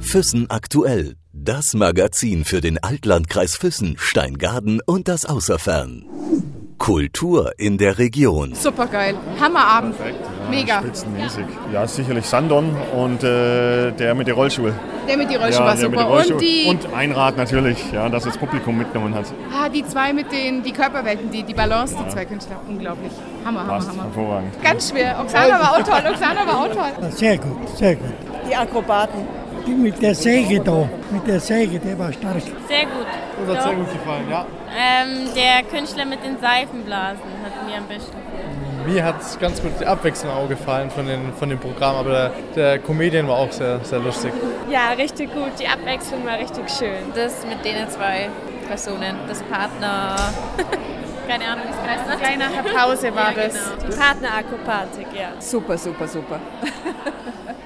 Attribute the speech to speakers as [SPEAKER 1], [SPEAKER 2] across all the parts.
[SPEAKER 1] Füssen aktuell. Das Magazin für den Altlandkreis Füssen, Steingaden und das Außerfern. Kultur in der Region.
[SPEAKER 2] Supergeil. Hammerabend. Mega.
[SPEAKER 3] Spitzenmäßig. Ja, sicherlich Sandon und äh, der mit der Rollschuhe.
[SPEAKER 2] Der mit die Rollschuhe
[SPEAKER 3] ja,
[SPEAKER 2] war
[SPEAKER 3] der mit der
[SPEAKER 2] super.
[SPEAKER 3] Rollschuhe.
[SPEAKER 2] Und die,
[SPEAKER 3] und Einrad natürlich, ja, dass das Publikum mitgenommen hat.
[SPEAKER 2] ah, die zwei mit den die Körperwelten, die, die Balance, die zwei Künstler. Unglaublich. Hammer, Hammer,
[SPEAKER 3] Passt,
[SPEAKER 2] Hammer.
[SPEAKER 3] hervorragend.
[SPEAKER 2] Ganz schwer. Oksana war auch toll. Oksana war auch toll.
[SPEAKER 4] Sehr gut, sehr gut.
[SPEAKER 5] die Akrobaten.
[SPEAKER 4] Die mit der Säge da, mit der Säge, der war stark.
[SPEAKER 6] Sehr gut.
[SPEAKER 3] Das hat sehr gut gefallen, ja.
[SPEAKER 6] Ähm, der Künstler mit den Seifenblasen hat mir am besten.
[SPEAKER 7] Mir hat ganz gut die Abwechslung auch gefallen von, den, von dem Programm, aber der, der Comedian war auch sehr, sehr lustig.
[SPEAKER 6] Ja, richtig gut. Die Abwechslung war richtig schön. Das mit denen zwei Personen, das Partner. Keine Ahnung, wie es heißt. genau.
[SPEAKER 2] Kleine Pause war das.
[SPEAKER 6] Die Partnerakrobatik, ja.
[SPEAKER 5] Super, super, super.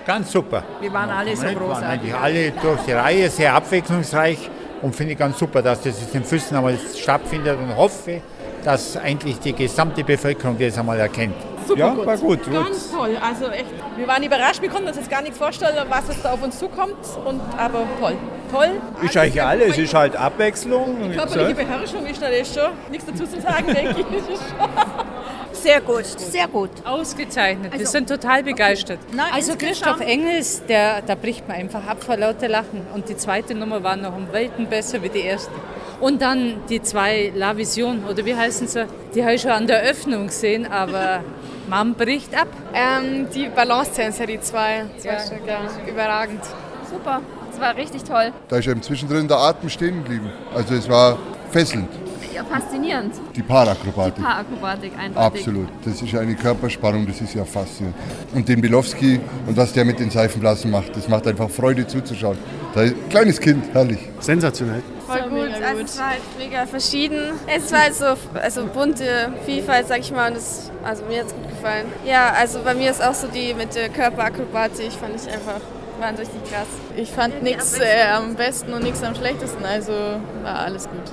[SPEAKER 8] Ganz super.
[SPEAKER 5] Wir waren alle so
[SPEAKER 8] Waren
[SPEAKER 5] großartig.
[SPEAKER 8] eigentlich alle durch die Reihe sehr abwechslungsreich und finde ich ganz super, dass das jetzt in Füssen einmal stattfindet und hoffe, dass eigentlich die gesamte Bevölkerung das einmal erkennt.
[SPEAKER 9] ja, war gut.
[SPEAKER 2] Ganz toll. Also echt.
[SPEAKER 5] Wir waren überrascht, wir konnten uns jetzt gar nicht vorstellen, was es da auf uns zukommt. Und, aber toll. Toll.
[SPEAKER 9] Ist eigentlich alles, ist halt Abwechslung.
[SPEAKER 5] Körperliche Beherrschung ist natürlich schon. Nichts dazu zu sagen, denke ich.
[SPEAKER 10] Sehr gut, sehr gut.
[SPEAKER 2] Ausgezeichnet. Wir sind total begeistert.
[SPEAKER 10] also Christoph
[SPEAKER 2] Also, Engels, der, da bricht man einfach ab vor lauter Lachen. Und die zweite Nummer war noch um Welten besser wie die erste. Und dann die zwei La Vision, oder wie heißen sie? Die habe ich schon an der Öffnung gesehen, aber man bricht ab.
[SPEAKER 6] Ähm,
[SPEAKER 2] die Balance-Tänzer, die zwei. zwei Stück, ja. Überragend.
[SPEAKER 6] Super. Es war richtig toll.
[SPEAKER 11] Da ist eben zwischendrin der Atem stehen geblieben. Also es war fesselnd,
[SPEAKER 6] Ja, faszinierend.
[SPEAKER 11] die Parakrobatik.
[SPEAKER 6] Akrobatik eindeutig.
[SPEAKER 11] Absolut. Das ist eine Körperspannung, das ist ja faszinierend. Und den Bilowski und was der mit den Seifenblasen macht, das macht einfach Freude zuzuschauen. Da ist, kleines Kind, herrlich.
[SPEAKER 3] Sensationell.
[SPEAKER 6] Voll gut. Also es war halt mega verschieden. Es war halt so also bunte Vielfalt, sag ich mal. Und das, also mir hat es gut gefallen. Ja, also bei mir ist auch so die mit der Körperakrobatik, fand ich einfach wahnsinnig krass. Ich fand nichts äh, am besten und nichts am schlechtesten. Also war alles gut.